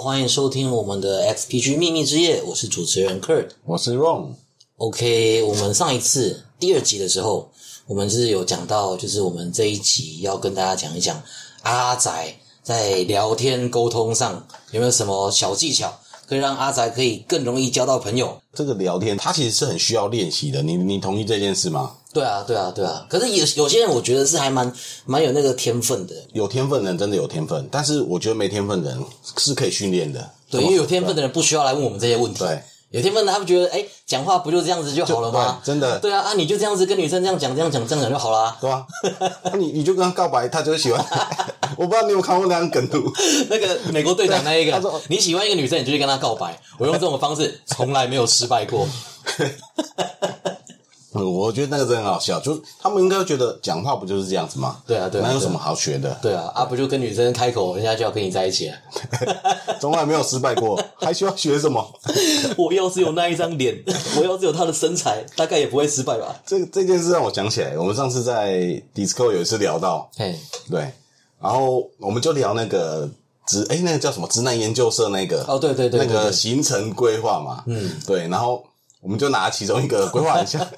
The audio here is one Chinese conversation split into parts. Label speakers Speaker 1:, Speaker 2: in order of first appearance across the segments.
Speaker 1: 欢迎收听我们的 XPG 秘密之夜，我是主持人 Kurt。
Speaker 2: 我是 Ron，
Speaker 1: OK，我们上一次第二集的时候，我们是有讲到，就是我们这一集要跟大家讲一讲阿宅在聊天沟通上有没有什么小技巧，可以让阿宅可以更容易交到朋友。
Speaker 2: 这个聊天它其实是很需要练习的，你你同意这件事吗？
Speaker 1: 对啊，对啊，对啊。可是有有些人，我觉得是还蛮蛮有那个天分的，
Speaker 2: 有天分的人真的有天分，但是我觉得没天分的人是可以训练的。
Speaker 1: 对，因为有天分的人不需要来问我们这些问题。
Speaker 2: 对，
Speaker 1: 有天分的他们觉得，哎，讲话不就这样子就好了吗？
Speaker 2: 对真的
Speaker 1: 对啊，啊，你就这样子跟女生这样讲，这样讲，这样讲就好啊 啦。
Speaker 2: 对吧？ 那你你就跟他告白，他就会喜欢。 我不知道你有没有看过那张梗图，
Speaker 1: 那个美国队长那一
Speaker 2: 对他说
Speaker 1: 个，你喜欢一个女生，你就去跟她告 白。我用这种方式从来没有失败过。
Speaker 2: 嗯我觉得那个真的很好笑，就是他们应该觉得讲话不就是这样子吗？
Speaker 1: 对啊对啊
Speaker 2: 哪有什么好学的？
Speaker 1: 对啊，啊不就跟女生开口，人家就要跟你在一起啊。
Speaker 2: 从来没有失败过， 还需要学什么？
Speaker 1: 我要是有那一张脸， 我要是有她的身材，大概也不会失败吧。
Speaker 2: 这这件事让我想起来，我们上次在 Disco 有一次聊到，
Speaker 1: 嘿，
Speaker 2: 对，然后我们就聊那个直哎、那个叫什么直男研究社那个
Speaker 1: 哦对对对对
Speaker 2: 那个行程规划嘛，嗯，对，然后我们就拿其中一 个规划很像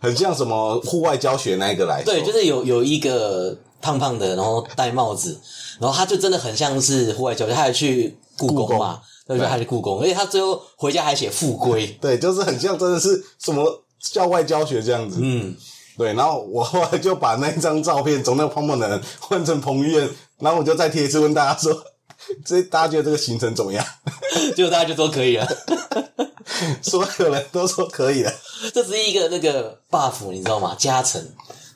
Speaker 2: 很像什么户外教学那一个来说，
Speaker 1: 对，就是有有一个胖胖的，然后戴帽子，然后他就真的很像是户外教学，他还去故
Speaker 2: 故
Speaker 1: 宫
Speaker 2: 宫
Speaker 1: 嘛，对不对？
Speaker 2: 对
Speaker 1: 还去故宫，而且他最后回家还写复归。
Speaker 2: 对，就是很像真的是什么校外教学这样子，
Speaker 1: 嗯，
Speaker 2: 对，然后我后来就把那一张照片从那个胖胖的人换成彭于晏，然后我就再贴一次问大家说，这大家觉得这个行程怎么样？
Speaker 1: 结果大家就说可以了。
Speaker 2: 所有人都说可以了。
Speaker 1: 这是一个那个 buff，你知道吗？加成。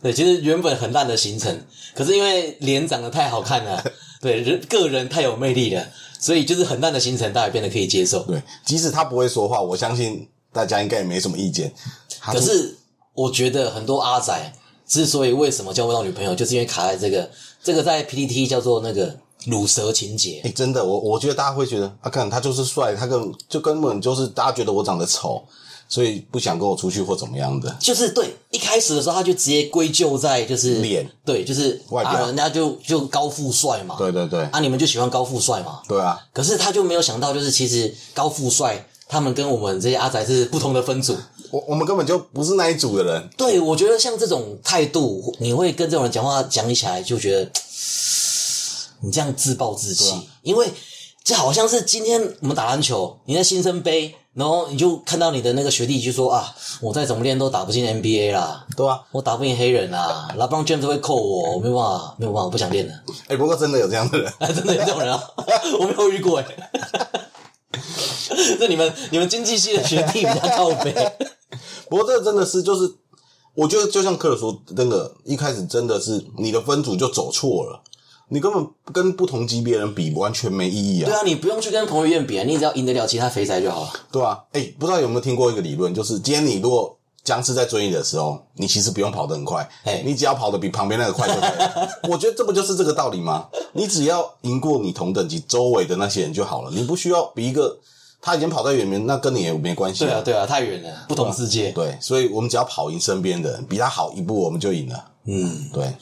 Speaker 1: 对，其实原本很烂的行程，可是因为脸长得太好看了， 对人个人太有魅力了，所以就是很烂的行程，大家变得可以接受。
Speaker 2: 对，即使他不会说话，我相信大家应该也没什么意见。他
Speaker 1: 可是我觉得很多阿仔之所以为什么交不到女朋友，就是因为卡在这个这个在 PPT 叫做那个乳蛇情节
Speaker 2: 哎、。真的，我我觉得大家会觉得，啊，看他就是帅，他根就根本就是大家觉得我长得丑，所以不想跟我出去或怎么样的。
Speaker 1: 就是对一开始的时候，他就直接归咎在就是
Speaker 2: 脸，
Speaker 1: 对，就是
Speaker 2: 外表
Speaker 1: 啊人家就就高富帅嘛，
Speaker 2: 对对对，
Speaker 1: 啊，你们就喜欢高富帅嘛，
Speaker 2: 对啊，
Speaker 1: 可是他就没有想到，就是其实高富帅他们跟我们这些阿宅是不同的分组。
Speaker 2: 我我们根本就不是那一组的人。
Speaker 1: 对，我觉得像这种态度，你会跟这种人讲话讲起来，就觉得你这样自暴自弃，因为这好像是今天我们打篮球，你在新生杯，然后你就看到你的那个学弟就说啊，我再怎么练都打不进 NBA 啦。
Speaker 2: 对啊，
Speaker 1: 我打不赢黑人啦，拉邦 James 会扣我，我没有办法，没有办法，我不想练了。
Speaker 2: 哎、不过真的有这样的人，
Speaker 1: 哎，真的有这种人啊， 我没有遇过哎、 那你们你们经济系的学弟比较靠北，
Speaker 2: 不过这真的是就是，我觉得就像克尔说，真的，一开始真的是你的分组就走错了，你根本跟不同级别人比，完全没意义
Speaker 1: 对啊，你不用去跟彭于晏比啊，你只要赢得了其他肥宅就好了。
Speaker 2: 对啊，哎、不知道有没有听过一个理论，就是今天你如果僵尸在追你的时候，你其实不用跑得很快，
Speaker 1: 哎
Speaker 2: 你只要跑得比旁边那个快就可以了。我觉得这不就是这个道理吗？你只要赢过你同等级周围的那些人就好了，你不需要比一个他已经跑在远面，那跟你也没关系
Speaker 1: 对啊，。对啊，太远了，不同世界。
Speaker 2: 对，所以我们只要跑赢身边的人，比他好一步，我们就赢了。
Speaker 1: 嗯，
Speaker 2: 对，哎、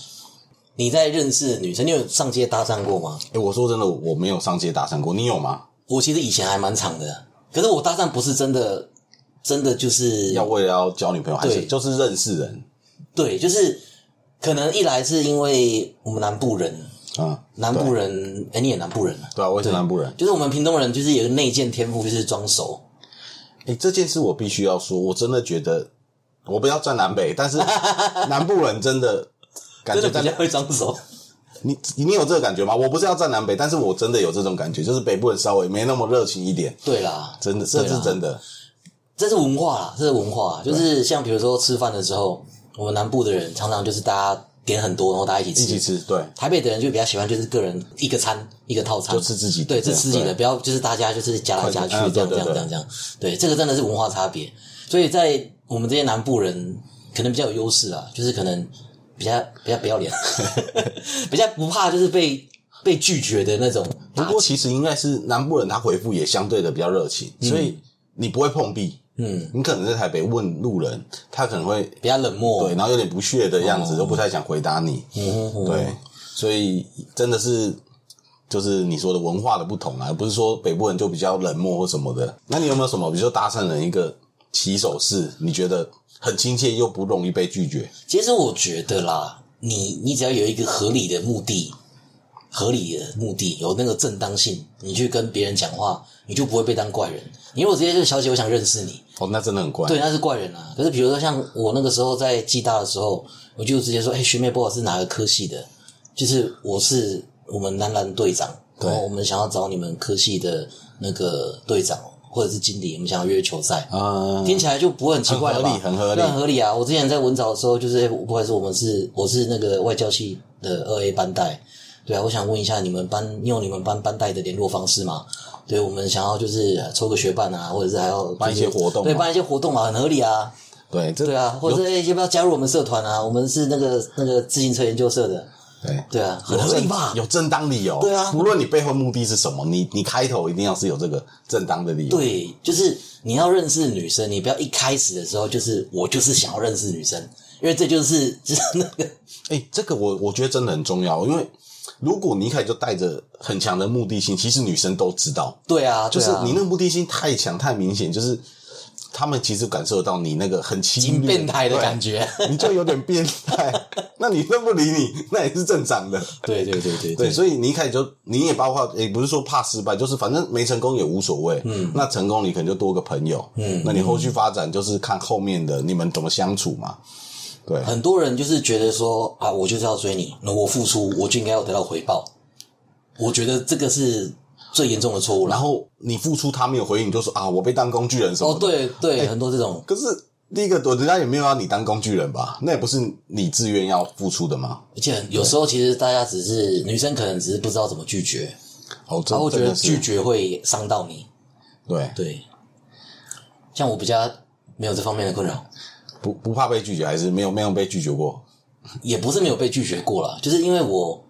Speaker 1: 你在认识女生，你有上街搭讪过吗？
Speaker 2: 我说真的，我没有上街搭讪过，你有吗？
Speaker 1: 我其实以前还蛮长的，可是我搭讪不是真的，真的就是
Speaker 2: 要为了要交女朋友，还
Speaker 1: 对
Speaker 2: 是就是认识人
Speaker 1: 对，就是可能一来是因为我们南部人，
Speaker 2: 啊、嗯？
Speaker 1: 南部人，哎、你也南部人啊，
Speaker 2: 对啊，我也是南部人。
Speaker 1: 就是我们屏东人，就是有一个内建天赋，就是装熟。
Speaker 2: 诶，这件事我必须要说，我真的觉得，我不要站南 北，但是南部人真的感觉
Speaker 1: 真的
Speaker 2: 在
Speaker 1: 比较会装熟。
Speaker 2: 你你有这个感觉吗？我不是要站南北，但是我真的有这种感觉，就是北部人稍微没那么热情一点，
Speaker 1: 对啦，
Speaker 2: 真的，这
Speaker 1: 对
Speaker 2: 是
Speaker 1: 啦
Speaker 2: 真的。
Speaker 1: 这是文化啦，这是文化，就是像比如说吃饭的时候，我们南部的人常常就是大家点很多，然后大家一起
Speaker 2: 一
Speaker 1: 吃。
Speaker 2: 起吃，对，
Speaker 1: 台北的人就比较喜欢就是个人一个餐一个套餐，
Speaker 2: 就吃自己的
Speaker 1: 对，
Speaker 2: 这
Speaker 1: 是
Speaker 2: 样
Speaker 1: 吃自己的，
Speaker 2: 对啊
Speaker 1: 不要就是大家就是夹来夹去
Speaker 2: 嗯
Speaker 1: 这样这
Speaker 2: 对对
Speaker 1: 样
Speaker 2: 对
Speaker 1: 这样这样，对，这个真的是文化差别，所以在我们这些南部人可能比较有优势啦，就是可能比较比较不 要脸，比较不怕就是被被拒绝的那种
Speaker 2: 不过其实应该是南部人他回复也相对的比较热情，
Speaker 1: 嗯
Speaker 2: 所以你不会碰壁。嗯，你可能在台北问路人，他可能会
Speaker 1: 比较冷漠，
Speaker 2: 对，然后有点不
Speaker 1: 哦
Speaker 2: 屑的样子，都不太想回答你。对，所以真的是就是你说的文化的不同啊，不是说北部人就比较冷漠或什么的。那你有没有什么，比如说搭讪人一个起手式，你觉得很亲切又不容易被拒绝？
Speaker 1: 其实我觉得啦，你你只要有一个合理的目的，合理的目的有那个正当性，你去跟别人讲话，你就不会被当怪人。你如果直接就小姐，我想认识你，
Speaker 2: 哦，那真的很怪。
Speaker 1: 对，那是怪人啊。可是比如说像我那个时候在暨大的时候，我就直接说：“哎、学妹，不好是哪个科系的？就是我是我们男篮队长，
Speaker 2: 对
Speaker 1: 然后我们想要找你们科系的那个队长或者是经理，我们想要约球赛。
Speaker 2: 啊，
Speaker 1: 听起来就不会很奇怪了吧？
Speaker 2: 很合理很合理
Speaker 1: 对很合理啊！我之前在文藻的时候，就是哎不好意思，我们是我是那个外教系的二 A 班带，对啊，我想问一下你们班，你有你们班班带的联络方式吗？对，我们想要就是呃抽个学伴啊，或者是还要、就是
Speaker 2: 办一些活动嘛啊
Speaker 1: 对，办一些活动嘛，很合理啊，
Speaker 2: 对，这
Speaker 1: 对啊，或者是、哎要不要加入我们社团啊？我们是那个那个自行车研究社的，
Speaker 2: 对。
Speaker 1: 对啊，很
Speaker 2: 有
Speaker 1: 合理
Speaker 2: 正
Speaker 1: 吧？
Speaker 2: 有正当理由，
Speaker 1: 对啊
Speaker 2: 无论你背后目的是什么，你你开头一定要是有这个正当的理由。
Speaker 1: 对，就是你要认识女生，你不要一开始的时候就是我就是想要认识女生，因为这就是 就是啊那个
Speaker 2: 哎、这个我我觉得真的很重要，因为如果你一开始就带着很强的目的性，其实女生都知道，
Speaker 1: 对啊，
Speaker 2: 就是
Speaker 1: 对啊
Speaker 2: 你那个目的性太强太明显，就是他们其实感受到你那个很
Speaker 1: 已
Speaker 2: 轻
Speaker 1: 经
Speaker 2: 蔑
Speaker 1: 变态的感
Speaker 2: 觉，
Speaker 1: 觉。
Speaker 2: 对你就有点变态。 那你都不理你，那也是正常的。
Speaker 1: 对对对对
Speaker 2: 对，，所以你一开始就你也包括也不是说怕失败，就是反正没成功也无所谓。嗯，那成功你可能就多个朋友。嗯，那你后续发展就是看后面的你们怎么相处嘛。对，
Speaker 1: 很多人就是觉得说啊，我就是要追你，那我付出我就应该要得到回报。我觉得这个是最严重的错误
Speaker 2: 然
Speaker 1: 了。
Speaker 2: 后你付出他没有回应，你就说啊我被当工具人什么
Speaker 1: 哦，
Speaker 2: 的。
Speaker 1: 对对，很多这种
Speaker 2: 可是第一个，人家也没有要你当工具人吧？那也不是你自愿要付出的嘛。
Speaker 1: 而且有时候其实大家只是女生，可能只是不知道怎么拒绝，
Speaker 2: 哦，这
Speaker 1: 她会觉
Speaker 2: 真
Speaker 1: 得
Speaker 2: 的是
Speaker 1: 拒绝会伤到你。
Speaker 2: 对，
Speaker 1: 对，像我比较没有这方面的困扰，
Speaker 2: 不不怕被拒绝，还是没有没有被拒绝过。
Speaker 1: 也不是没有被拒绝过啦，就是因为我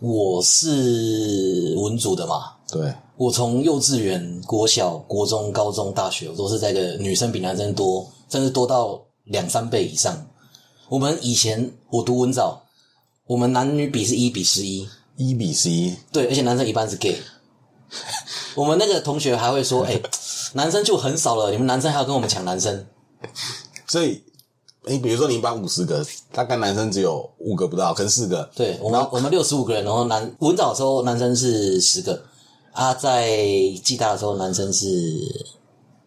Speaker 1: 我是文组的嘛，
Speaker 2: 对，
Speaker 1: 我从幼稚园、国小、国中、高中、大学，我都是在一个女生比男生多，甚至多到两三倍以上。我们以前我读文藻，我们男女比是一比十一，
Speaker 2: 一比十一，
Speaker 1: 对，而且男生一半是 gay。我们那个同学还会说：“哎、男生就很少了，你们男生还要跟我们抢男生。
Speaker 2: 所以你比如说你班五十个，大概男生只有五个不到，可能四个。”
Speaker 1: 对，我们我们六十五个人，然后男文藻的时候男生是十个，啊，在暨大的时候男生是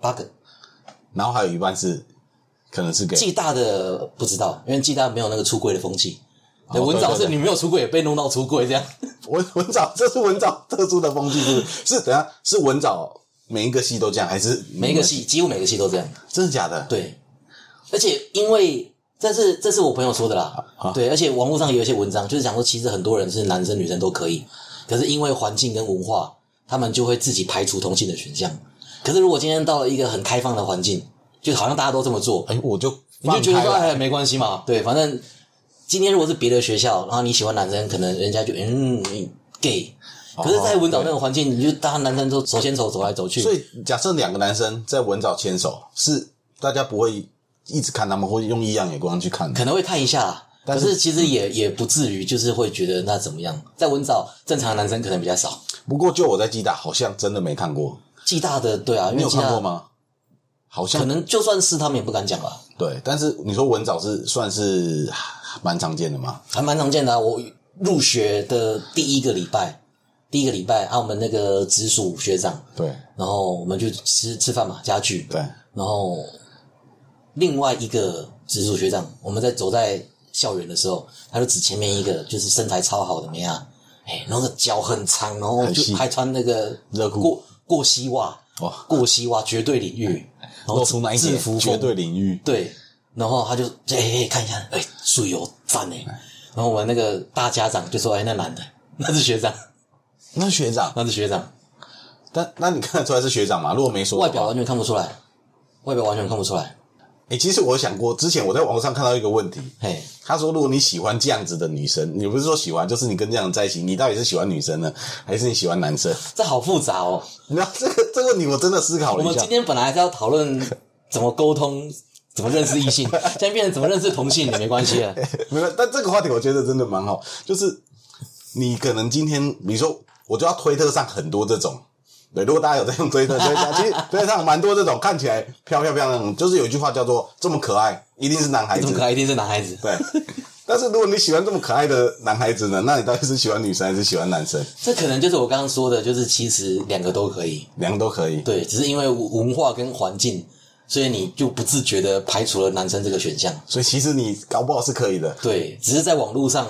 Speaker 1: 八个。
Speaker 2: 然后还有一半是可能是给
Speaker 1: 暨大的不知道，因为暨大没有那个出柜的风气。对，
Speaker 2: 哦
Speaker 1: 文藻
Speaker 2: 对对
Speaker 1: 是
Speaker 2: 对
Speaker 1: 你没有出柜也被弄到出柜这样。
Speaker 2: 文文藻，这是文藻特殊的风气，是不是？是等一下是文藻每一个系都这样，还是
Speaker 1: 每一个系几乎每个系都这样。
Speaker 2: 真的假的？
Speaker 1: 对，而且因为这是这是我朋友说的啦，
Speaker 2: 啊
Speaker 1: 对，而且网络上也有一些文章，就是讲说其实很多人是男生女生都可以，可是因为环境跟文化，他们就会自己排除同性的选项。可是如果今天到了一个很开放的环境，就好像大家都这么做，
Speaker 2: 哎，我就
Speaker 1: 你就觉得
Speaker 2: 放
Speaker 1: 说
Speaker 2: 开了
Speaker 1: 哎没关系嘛，对，反正今天如果是别的学校，然后你喜欢男生，可能人家就嗯你 gay，可
Speaker 2: 哦
Speaker 1: 是，在文藻那种环境，你就大家男生都手牵手走来走去，
Speaker 2: 哦所以假设两个男生在文藻牵手，是大家不会一直看他们，会用异样眼光去看
Speaker 1: 可能会看一下啦，
Speaker 2: 但
Speaker 1: 可
Speaker 2: 是
Speaker 1: 是其实也也不至于就是会觉得那怎么样。在文藻正常的男生可能比较少，
Speaker 2: 不过就我在暨大，好像真的没看过。
Speaker 1: 暨大的对啊，因
Speaker 2: 你
Speaker 1: 为
Speaker 2: 有
Speaker 1: 暨
Speaker 2: 看
Speaker 1: 大
Speaker 2: 过吗？好
Speaker 1: 可
Speaker 2: 像
Speaker 1: 能就算是他们也不敢讲啊吧，
Speaker 2: 对，但是你说文藻是算是蛮常见的嘛？
Speaker 1: 还蛮常见的、啊。我入学的第一个礼拜，第一个礼拜啊，我们那个直属学长，
Speaker 2: 对
Speaker 1: 然后我们就吃吃饭嘛，家具，
Speaker 2: 对，
Speaker 1: 然后另外一个直属学长，我们在走在校园的时候，他就指前面一个就是身材超好的妹啊，哎，然后那个脚很长，然后
Speaker 2: 很细
Speaker 1: 就还穿那个
Speaker 2: 热裤
Speaker 1: 过过膝袜，
Speaker 2: 哦
Speaker 1: 过膝袜绝对领域，然后
Speaker 2: 露出那一
Speaker 1: 制
Speaker 2: 点
Speaker 1: 服
Speaker 2: 绝
Speaker 1: 风
Speaker 2: 对领域。
Speaker 1: 对，然后他就哎、哎看一下，哎、水油赞哎，然后我们那个大家长就说哎、那男的 那是学长，
Speaker 2: 那学长，
Speaker 1: 那是学长，
Speaker 2: 但那你看得出来是学长吗？如果没说的话
Speaker 1: 外表，完全看不出来，外表完全看不出来，
Speaker 2: 哎、其实我想过，之前我在网络上看到一个问题，
Speaker 1: 嘿，
Speaker 2: 他说，如果你喜欢这样子的女生，你不是说喜欢，就是你跟这样的在一起，你到底是喜欢女生呢，还是你喜欢男生？
Speaker 1: 这好复杂哦。
Speaker 2: 你知道这个这个问题，我真的思考
Speaker 1: 我
Speaker 2: 了一
Speaker 1: 们
Speaker 2: 下
Speaker 1: 今。天本来是要讨论怎么沟通、怎么认识异性，现在变成怎么认识同性也没关系了。
Speaker 2: 没有，但这个话题我觉得真的蛮好，就是你可能今天，比如说我就要推特上很多这种。对，如果大家有在用推特，就会知道 其实推特上蛮多这种看起来漂漂亮亮，就是有一句话叫做“这么可爱，一定是男孩
Speaker 1: 这
Speaker 2: 子
Speaker 1: 么可爱一定是男孩子”。。
Speaker 2: 对，但是如果你喜欢这么可爱的男孩子呢，那你到底是喜欢女生还是喜欢男生？
Speaker 1: 这可能就是我刚刚说的，就是其实两个都可以，
Speaker 2: 两个都可以。
Speaker 1: 对，只是因为文文化跟环境，所以你就不自觉的排除了男生这个选项。
Speaker 2: 所以其实你搞不好是可以的。
Speaker 1: 对，只是在网络上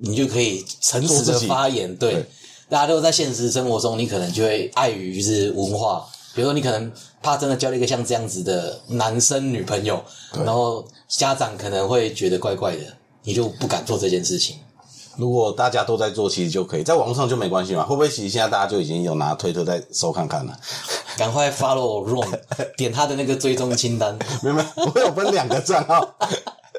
Speaker 1: 你就可以诚实
Speaker 2: 做
Speaker 1: 的
Speaker 2: 自己
Speaker 1: 发言，对，
Speaker 2: 对
Speaker 1: 大家都在现实生活中，你可能就会碍于就是文化，比如说你可能怕真的交了一个像这样子的男生女朋友，然后家长可能会觉得怪怪的，你就不敢做这件事情。
Speaker 2: 如果大家都在做，其实就可以，在网络上就没关系嘛。会不会其实现在大家就已经有拿推特在收看看了？
Speaker 1: 赶快 follow Ron，点他的那个追踪清单。
Speaker 2: 没有没有，我有分两个 账号。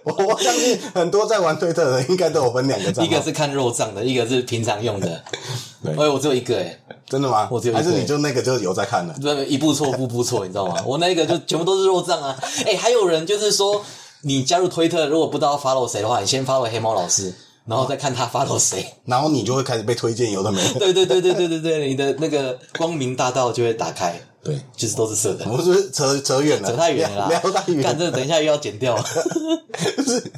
Speaker 2: 我我相信很多在玩推特的人应该都有分两个账
Speaker 1: 一
Speaker 2: 号，
Speaker 1: 个是看肉账的，一个是平常用的。
Speaker 2: 对
Speaker 1: 哎，我只有一个哎、
Speaker 2: 真的吗？
Speaker 1: 我只有一个
Speaker 2: 还是你就那个就有在看了？
Speaker 1: 不是一步错步步错，你知道吗？我那个就全部都是肉账啊。哎、还有人就是说，你加入推特，如果不知道 follow 谁的话，你先 follow 黑猫老师，然后再看他 follow 谁。
Speaker 2: 然后你就会开始被推荐有的没的。
Speaker 1: 对对对对对对对，你的那个光明大道就会打开，
Speaker 2: 对，
Speaker 1: 就是都是色的。
Speaker 2: 我们是不是扯扯远了？
Speaker 1: 扯太远了啦
Speaker 2: 聊，聊太
Speaker 1: 干
Speaker 2: 远。
Speaker 1: 这等一下又要剪掉。
Speaker 2: 是，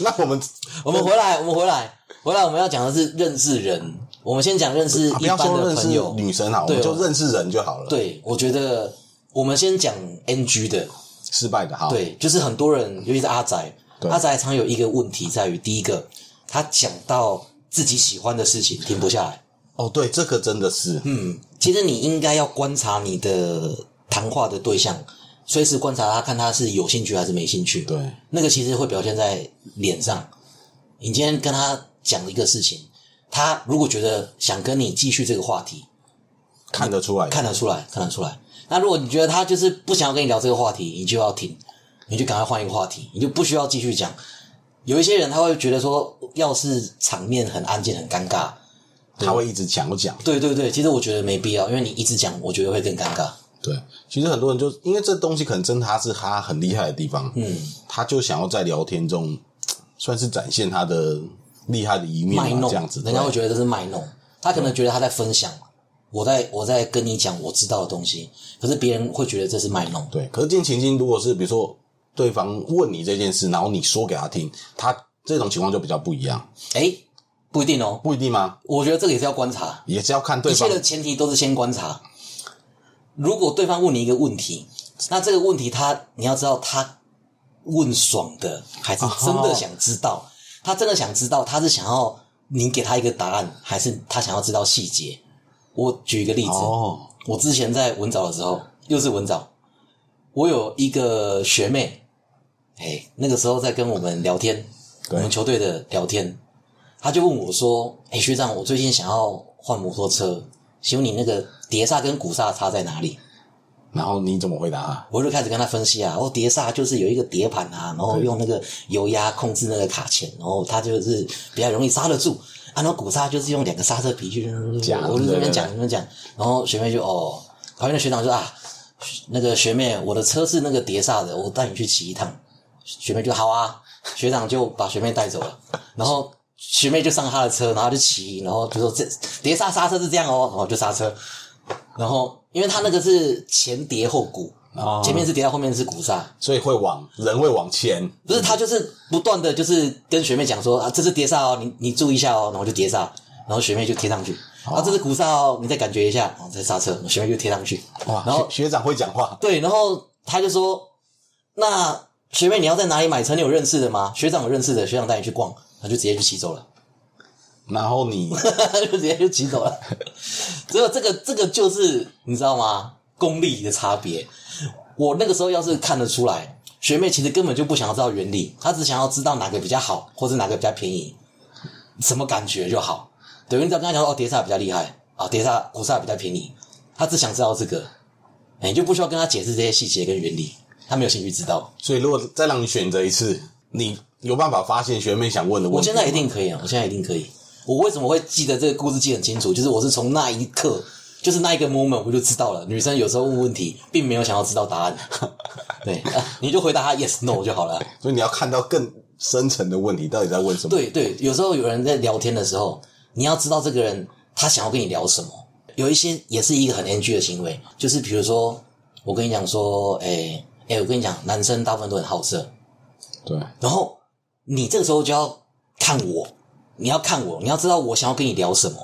Speaker 2: 那我们
Speaker 1: 我们回来，我们回来，回来我们要讲的是认识人。我们先讲认识
Speaker 2: 不
Speaker 1: 一
Speaker 2: 要
Speaker 1: 般
Speaker 2: 说
Speaker 1: 的
Speaker 2: 认识
Speaker 1: 朋友。
Speaker 2: 女生好，我
Speaker 1: 对
Speaker 2: 们
Speaker 1: 哦
Speaker 2: 就认识人就好了。，
Speaker 1: 对，我觉得我们先讲 NG 的，
Speaker 2: 失败的好。，
Speaker 1: 对，就是很多人，尤其是阿宅，
Speaker 2: 哦对
Speaker 1: 阿宅常有一个问题在于，第一个，他讲到自己喜欢的事情停不下来。
Speaker 2: 哦，对，这个真的是，
Speaker 1: 嗯，其实你应该要观察你的谈话的对象，随时观察他，看他是有兴趣还是没兴趣。
Speaker 2: 对，
Speaker 1: 那个其实会表现在脸上。你今天跟他讲一个事情，他如果觉得想跟你继续这个话题，
Speaker 2: 看得出来。
Speaker 1: 看得出来，看得出来。那如果你觉得他就是不想要跟你聊这个话题，你就要停，你就赶快换一个话题，你就不需要继续讲。有一些人他会觉得说，要是场面很安静、很尴尬，
Speaker 2: 他会一直讲不讲。
Speaker 1: 对对对，其实我觉得没必要，因为你一直讲，我觉得会更尴尬。
Speaker 2: 对，其实很多人就因为这东西可能真的他是他很厉害的地方，嗯，他就想要在聊天中嘖算是展现他的厉害的一面
Speaker 1: 卖
Speaker 2: 嘛，
Speaker 1: 弄，
Speaker 2: 这样子，
Speaker 1: 人家会
Speaker 2: 对嗯
Speaker 1: 觉得这是卖弄。他可能觉得他在分享，我在我在跟你讲我知道的东西，可是别人会觉得这是卖弄。
Speaker 2: 对。可是这种情境如果是比如说对方问你这件事，然后你说给他听，他这种情况就比较不一样，
Speaker 1: 哎，不一定哦，
Speaker 2: 不一定吗？
Speaker 1: 我觉得这个也是要观察。
Speaker 2: 也是要看对
Speaker 1: 一
Speaker 2: 方
Speaker 1: 切的前提都是先观察。如果对方问你一个问题，那这个问题他你要知道他问爽的，还是真的想知道？他真的想知道，他是想要你给他一个答案，还是他想要知道细节？我举一个例子，
Speaker 2: 哦，
Speaker 1: 我之前在文藻的时候，又是文藻，我有一个学妹，哎，那个时候在跟我们聊天，我
Speaker 2: 对
Speaker 1: 们球队的聊天，她就问我说：“哎，学长，我最近想要换摩托车，请问你那个碟刹跟鼓刹差在哪里
Speaker 2: 然后你怎么回答他？”
Speaker 1: 我就开始跟她分析啊，哦，碟刹就是有一个碟盘啊，然后
Speaker 2: 对
Speaker 1: 用那个油压控制那个卡钳，然后它就是比较容易刹得住。啊，然后鼓刹就是用两个刹车皮去
Speaker 2: 夹
Speaker 1: 我就这
Speaker 2: 对对
Speaker 1: 边讲这边讲，然后学妹就哦，旁边的学长就啊，那个学妹，我的车是那个碟刹的，我带你去骑一趟。学妹就好啊，学长就把学妹带走了，然后学妹就上他的车，然后就骑，然后就说这碟刹刹车是这样哦，然后就刹车，然后因为他那个是前碟后鼓，
Speaker 2: 哦
Speaker 1: 前面是碟刹，后面是鼓刹，
Speaker 2: 所以会往人会往前，
Speaker 1: 不是他就是不断的就是跟学妹讲说啊，这是碟刹哦，你你注意一下哦，然后就碟刹，然后学妹就贴上去，啊，这是鼓刹哦，你再感觉一下，然后再刹车，学妹就贴上去，
Speaker 2: 哇，
Speaker 1: 然后
Speaker 2: 学学长会讲话，
Speaker 1: 对，然后他就说，那学妹你要在哪里买车？你有认识的吗？学长有认识的，学长带你去逛，他就直接就骑走了，
Speaker 2: 然后你
Speaker 1: 就直接就骑走了。 只有这个这个就是你知道吗？功力的差别。我那个时候要是看得出来，学妹其实根本就不想要知道原理，她只想要知道哪个比较好，或者哪个比较便宜，什么感觉就好。等于你只要跟她讲说哦，碟刹比较厉害啊，碟刹鼓刹比较便宜，她只想知道这个，哎你就不需要跟她解释这些细节跟原理，她没有兴趣知道。
Speaker 2: 所以，如果再让你选择一次，你有办法发现学妹想问的问题吗？
Speaker 1: 我现在一定可以啊！我现在一定可以。我为什么会记得这个故事记得很清楚？就是我是从那一刻，就是那一个 moment，我就知道了。女生有时候问问题，并没有想要知道答案， 对，啊你就回答她 yes no 就好了。
Speaker 2: 所以你要看到更深层的问题，到底在问什么？
Speaker 1: 对对，有时候有人在聊天的时候，你要知道这个人他想要跟你聊什么。有一些也是一个很 NG 的行为，就是比如说，我跟你讲说，哎、哎、我跟你讲，男生大部分都很好色，
Speaker 2: 对，
Speaker 1: 然后你这个时候就要看我，你要看我，你要知道我想要跟你聊什么。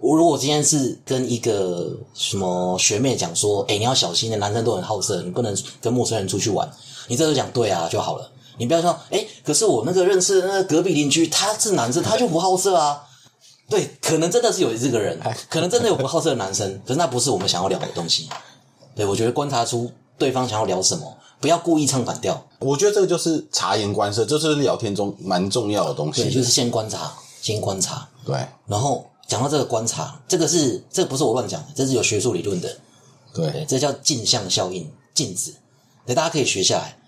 Speaker 1: 我如果今天是跟一个什么学妹讲说，哎、你要小心的，男生都很好色，你不能跟陌生人出去玩。你这时候讲对啊就好了，你不要说，哎、可是我那个认识的那个隔壁邻居，他是男生，他就不好色啊。对，可能真的是有这个人，可能真的有不好色的男生，可是那不是我们想要聊的东西。对，我觉得观察出对方想要聊什么，不要故意唱反调。
Speaker 2: 我觉得这个就是察言观色，这就是聊天中蛮重要的东西
Speaker 1: 对，。就是先观察，先观察。
Speaker 2: 对
Speaker 1: 然后讲到这个观察，这个是这个不是我乱讲的，这是有学术理论的，对，
Speaker 2: 对
Speaker 1: 这叫镜像效应，镜子，对，大家可以学下来。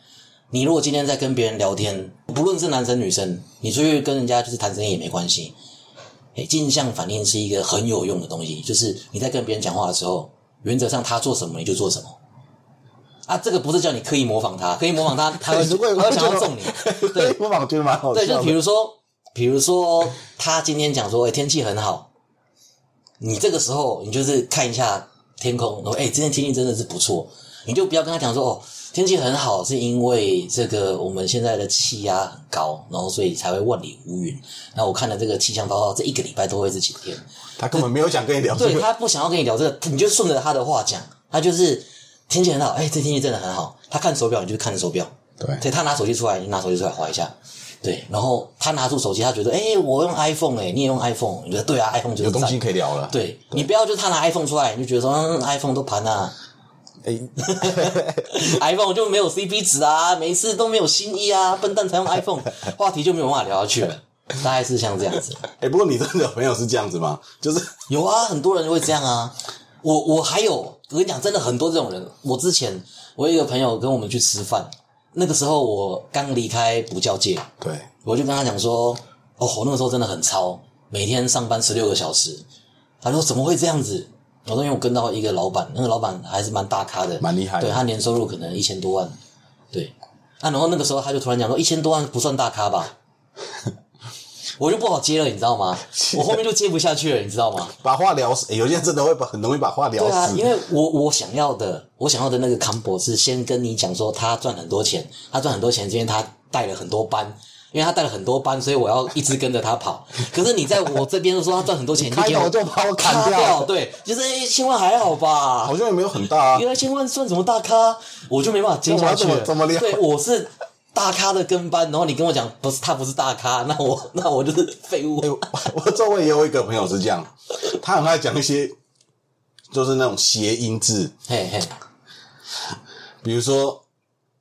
Speaker 1: 你如果今天在跟别人聊天，不论是男生女生，你出去跟人家就是谈生意也没关系。诶，镜像反应是一个很有用的东西，就是你在跟别人讲话的时候，原则上他做什么你就做什么。啊，这个不是叫你刻意模仿他，刻意模仿他，他会
Speaker 2: 如果
Speaker 1: 他会想要中你。对，
Speaker 2: 模仿觉得蛮好
Speaker 1: 对，就
Speaker 2: 笑
Speaker 1: 比
Speaker 2: 的。
Speaker 1: 如说，比如说他今天讲说，哎、天气很好，你这个时候你就是看一下天空，然后哎、诶今天天气真的是不错，你就不要跟他讲说，哦，天气很好是因为这个我们现在的气压很高，然后所以才会万里无云。那我看了这个气象报告，这一个礼拜都会是晴天。
Speaker 2: 他根本没有想跟你聊这
Speaker 1: 对
Speaker 2: 个，
Speaker 1: 他不想要跟你聊这个，你就顺着他的话讲，他就是天气很好，哎、这天气真的很好。他看手表，你就看手表。
Speaker 2: 对
Speaker 1: 对他拿手机出来，你拿手机出来划一下，对，然后他拿出手机，他觉得，哎、我用 iPhone 哎、你也用 iPhone，你觉得对啊，iPhone 就是
Speaker 2: 有东
Speaker 1: 赞
Speaker 2: 西可以聊了。，
Speaker 1: 对你不要就是他拿 iPhone 出来，你就觉得说，嗯，iPhone 都盘啊
Speaker 2: 哎，
Speaker 1: ，iPhone 就没有 CP 值啊，每次都没有新意啊，笨蛋才用 iPhone，话题就没有办法聊下去了，大概是像这样子。
Speaker 2: 哎，不过你真的有朋友是这样子吗？就是
Speaker 1: 有啊，很多人会这样啊。我我还有，我跟你讲，真的很多这种人。我之前我有一个朋友跟我们去吃饭，那个时候我刚离开补教界，
Speaker 2: 对，
Speaker 1: 我就跟他讲说，哦，我那个时候真的很超，每天上班十六个小时。他说怎么会这样子？我说因为我跟到一个老板，那个老板还是蛮大咖的，
Speaker 2: 蛮厉害的
Speaker 1: 对他年收入可能一千多万，对。啊，然后那个时候他就突然讲说，一千多万不算大咖吧？ 我就不好接了，你知道吗？我后面就接不下去了，你知道吗？
Speaker 2: 把话聊死。哎有些人真的会把很容易把话聊
Speaker 1: 对啊，
Speaker 2: 死
Speaker 1: 因。为我我想要的，我想要的那个 combo 是先跟你讲说他赚很多钱，他赚很多钱，是因为他带了很多班，因为他带了很多班，所以我要一直跟着他 跑。可是你在我这边就说他赚很多钱，你
Speaker 2: 开
Speaker 1: 给我
Speaker 2: 头就把我砍
Speaker 1: 卡掉，
Speaker 2: 掉，
Speaker 1: 对，就是一千万还好吧
Speaker 2: 好，像也没有很大啊
Speaker 1: 原。来千万算什么大咖，我就没办法接下去
Speaker 2: 那我
Speaker 1: 了
Speaker 2: 要怎么怎么聊
Speaker 1: 对，我是大咖的跟班，然后你跟我讲不是他不是大咖，那我 那我就是废物。
Speaker 2: 哎、我我周围也有一个朋友是这样，他很爱讲一些就是那种谐音字，
Speaker 1: 嘿嘿，
Speaker 2: 比如说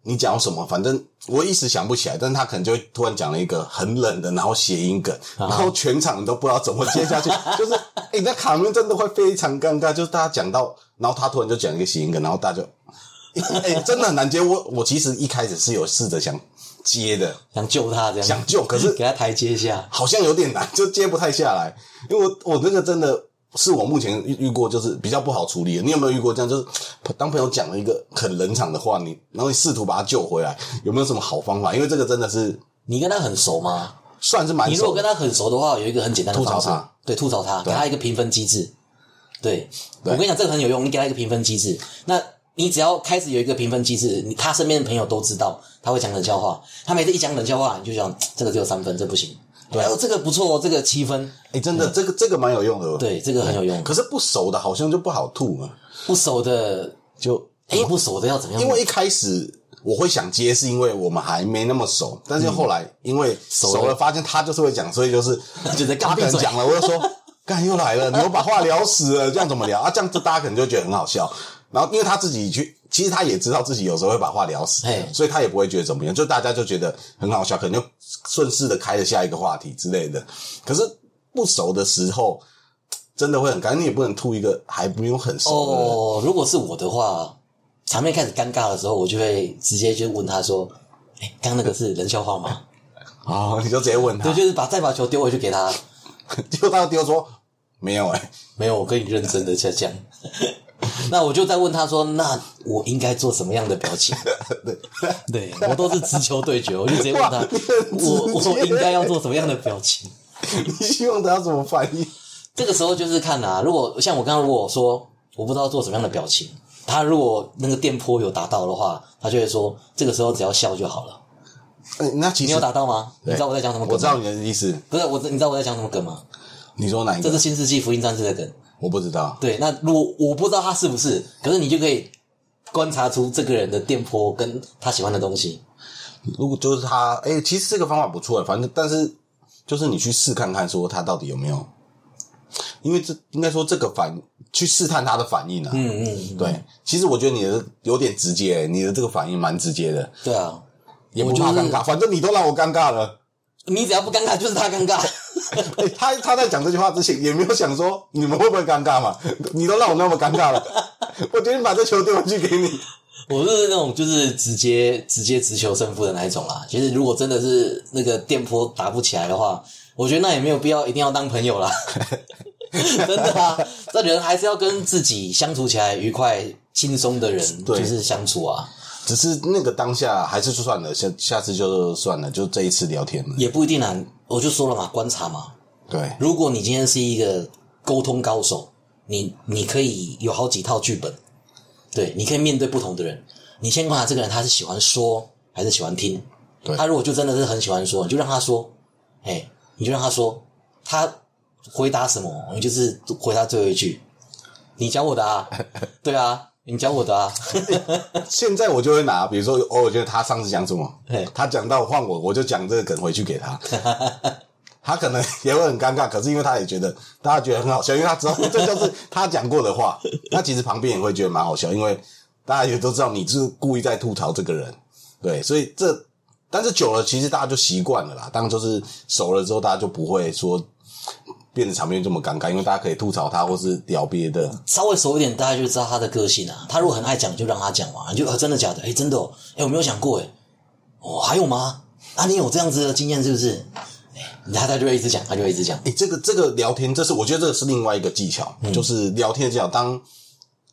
Speaker 2: 你讲什么，反正我一时想不起来，但是他可能就会突然讲了一个很冷的，然后谐音梗，然后全场都不知道怎么接下去，就是哎、那场面真的会非常尴尬，就是大家讲到，然后他突然就讲一个谐音梗，然后大家就哎、真的很难接。我我其实一开始是有试着想接的，
Speaker 1: 想救他这样，
Speaker 2: 想救，可是
Speaker 1: 给他台阶下。
Speaker 2: 好像有点难，就接不太下来。因为我我那个真的是我目前遇遇过，就是比较不好处理的。你有没有遇过这样？就是 当朋友讲了一个很冷场的话，你然后你试图把他救回来，有没有什么好方法？因为这个真的是
Speaker 1: 你跟他很熟吗？
Speaker 2: 算是蛮
Speaker 1: 你如果
Speaker 2: 熟
Speaker 1: 跟他
Speaker 2: 的。
Speaker 1: 很熟的话，有一个很简单的
Speaker 2: 吐槽
Speaker 1: 方式
Speaker 2: 他，
Speaker 1: 对，吐槽他，给他一个评分机制。对，我跟你讲，这个很有用，你给他一个评分机制，那你只要开始有一个评分机制，你他身边的朋友都知道他会讲冷笑话，他每次一讲冷笑话，你就想这个只有三分，这不行。对，
Speaker 2: 啊
Speaker 1: 哦，这个不错，哦，这个七分，
Speaker 2: 哎、真的，这个这个蛮有用的。，哦
Speaker 1: 对，这个很有用。
Speaker 2: 可是不熟的好像就不好吐嘛。
Speaker 1: 不熟的，
Speaker 2: 就
Speaker 1: 哎，不熟的要怎么样？
Speaker 2: 因为一开始我会想接，是因为我们还没那么熟，但是后来因为
Speaker 1: 嗯
Speaker 2: 熟
Speaker 1: 熟
Speaker 2: 了，
Speaker 1: 了
Speaker 2: 发现他就是会讲，所 以就是
Speaker 1: 觉得干
Speaker 2: 他可能
Speaker 1: 闭嘴
Speaker 2: 讲了，我 就说干又来了，你又把话聊死了，这样怎么聊啊？这样子大家可能就觉得很好笑。然后因为他自己去，其实他也知道自己有时候会把话聊死
Speaker 1: 嘿，
Speaker 2: 所以他也不会觉得怎么样，就大家就觉得很好笑，可能就顺势的开了下一个话题之类的。可是不熟的时候。真的会很尴尬，你也不能吐一个还没有很熟的人。
Speaker 1: 哦，如果是我的话，场面开始尴尬的时候，我就会直接就问他说：“哎，刚刚那个是冷笑话吗
Speaker 2: 哦，你就直接 问？”他
Speaker 1: 对，，就是把再把球丢回去给他。
Speaker 2: 就他丢说没有哎、
Speaker 1: 没有，我跟你认真的在讲。 那我就在问他说：“那我应该做什么样的表 情？”对，对我都是直球对决，我就直接问 他
Speaker 2: 哇你：“很直
Speaker 1: 我
Speaker 2: 接
Speaker 1: 我应该要做什么样的表情
Speaker 2: 你希望他怎么反应？？”
Speaker 1: 这个时候就是看啊，如果像我刚刚如果说我不知道做什么样的表情，他如果那个电波有达到的话，他就会说这个时候只要笑就好了。
Speaker 2: 哎那其
Speaker 1: 你
Speaker 2: 实
Speaker 1: 有达到吗？你知道我在讲什么梗吗？
Speaker 2: 我知道你的意思，
Speaker 1: 不是我知，你知道我在讲什么梗吗？
Speaker 2: 你说哪一
Speaker 1: 这是
Speaker 2: 个？
Speaker 1: 《新世纪福音战士》的梗。
Speaker 2: 我不知道。
Speaker 1: 对，那如果我不知道他是不是，可是你就可以观察出这个人的电波跟他喜欢的东西。
Speaker 2: 如果就是他，哎、其实这个方法不错，反正但是就是你去试看看，说他到底有没有，因为这应该说这个反去试探他的反应啊。
Speaker 1: 嗯嗯，
Speaker 2: 对，其实我觉得你的有点直接、欸你的这个反应蛮直接的，
Speaker 1: 对啊，
Speaker 2: 也不怕
Speaker 1: 我就
Speaker 2: 尴
Speaker 1: 是
Speaker 2: 尬，反正你都让我尴尬了。
Speaker 1: 你只要不尴尬，就是他尴尬。
Speaker 2: 哎他他在讲这句话之前也没有想说你们会不会尴尬嘛？ 你都让我那么尴尬了， 我决定把这球丢回去给你。
Speaker 1: 我是那种就是直接直接直球胜负的那一种啦。其实如果真的是那个电波打不起来的话，我觉得那也没有必要一定要当朋友啦。真的啊，这人还是要跟自己相处起来愉快、轻松的人
Speaker 2: 对
Speaker 1: 就是相处啊，
Speaker 2: 只是那个当下还是就算了，下下次就算了，就这一次聊天了。
Speaker 1: 也不一定啊。我就说了嘛，观察嘛。
Speaker 2: 对，
Speaker 1: 如果你今天是一个沟通高手，你你可以有好几套剧本，对，你可以面对不同的人，你先观察这个人他是喜欢说还是喜欢听。
Speaker 2: 对
Speaker 1: 他如果就真的是很喜欢说，你就让他说，哎、你就让他说，他回答什么，你就是回答最后一句。你讲我的啊，对啊，你讲我的啊，
Speaker 2: 现在我就会拿，比如说，哦，我觉得他上次讲什么
Speaker 1: 对，
Speaker 2: 他讲到换我，我就讲这个梗回去给他。他可能也会很尴尬，可是因为他也觉得大家觉得很好笑，因为他知道这就是他讲过的话。那其实旁边也会觉得蛮好笑，因为大家也都知道你是故意在吐槽这个人，对，所以这但是久了，其实大家就习惯了啦。当然就是熟了之后，大家就不会说变得场面这么尴尬，因为大家可以吐槽他或是聊别的。
Speaker 1: 稍微熟一点，大家就知道他的个性啊。他如果很爱讲，就让他讲嘛。你就、呃真的假的？哎、真的哦，哎、我没有想过哎。哦，还有吗？啊，你有这样子的经验是不是？哎、他他就会一直讲，他就会一直讲。
Speaker 2: 诶，这个这个聊天，这是我觉得这个是另外一个技巧，
Speaker 1: 嗯
Speaker 2: 就是聊天的技巧。当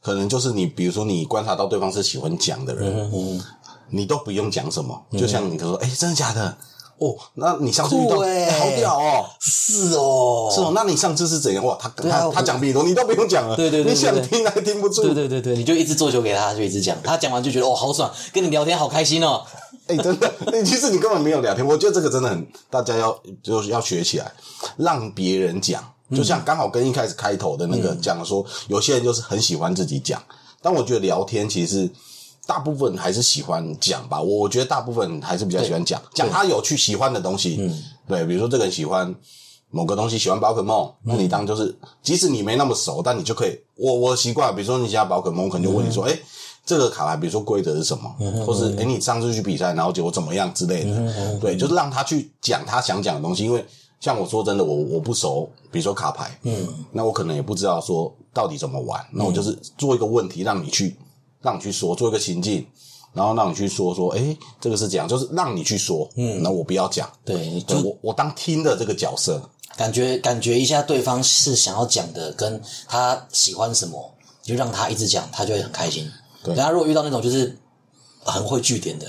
Speaker 2: 可能就是你，比如说你观察到对方是喜欢讲的人，
Speaker 1: 嗯
Speaker 2: 你都不用讲什么，就像你说，诶，真的假的？哦，那你上次遇到、
Speaker 1: 酷欸
Speaker 2: 诶好屌哦，
Speaker 1: 是哦，
Speaker 2: 是哦，那你上次是怎样？哇，他
Speaker 1: 啊
Speaker 2: 他
Speaker 1: 我
Speaker 2: 他讲比你多，你都不用讲了，
Speaker 1: 对对对对
Speaker 2: 你想
Speaker 1: 对
Speaker 2: 听还听不
Speaker 1: 对
Speaker 2: 住，
Speaker 1: 对对对，你就一直做球给他，他就一直讲。他讲完就觉得哦，好爽，跟你聊天好开心哦。
Speaker 2: 哎、真的，诶其实你根本没有聊天。我觉得这个真的很，大家要就是要学起来，让别人讲。就像刚好跟一开始开头的那个讲说，有些人就是很喜欢自己讲，但我觉得聊天其实大部分还是喜欢讲吧。我我觉得大部分还是比较喜欢讲，讲他有去喜欢的东西。嗯，对，比如说这个人喜欢。某个东西喜欢宝可梦，那你当就是，即使你没那么熟，但你就可以，我我习惯，比如说你喜欢宝可梦，我可能就问你说，哎、这个卡牌，比如说规则是什么，或是哎、诶你上次去比赛，然后结果怎么样之类的，对，就是让他去讲他想讲的东西，因为像我说真的，我我不熟，比如说卡牌，嗯，那我可能也不知道说到底怎么玩，那我就是做一个问题让你去让你去说，做一个情境，然后让你去说说，哎、这个是这样，就是让你去说，嗯，那我不要讲，
Speaker 1: 对，你就
Speaker 2: 对我我当听的这个角色，
Speaker 1: 感觉感觉一下对方是想要讲的，跟他喜欢什么，你就让他一直讲，他就会很开心。
Speaker 2: 对
Speaker 1: 然后如果遇到那种就是很会据点的，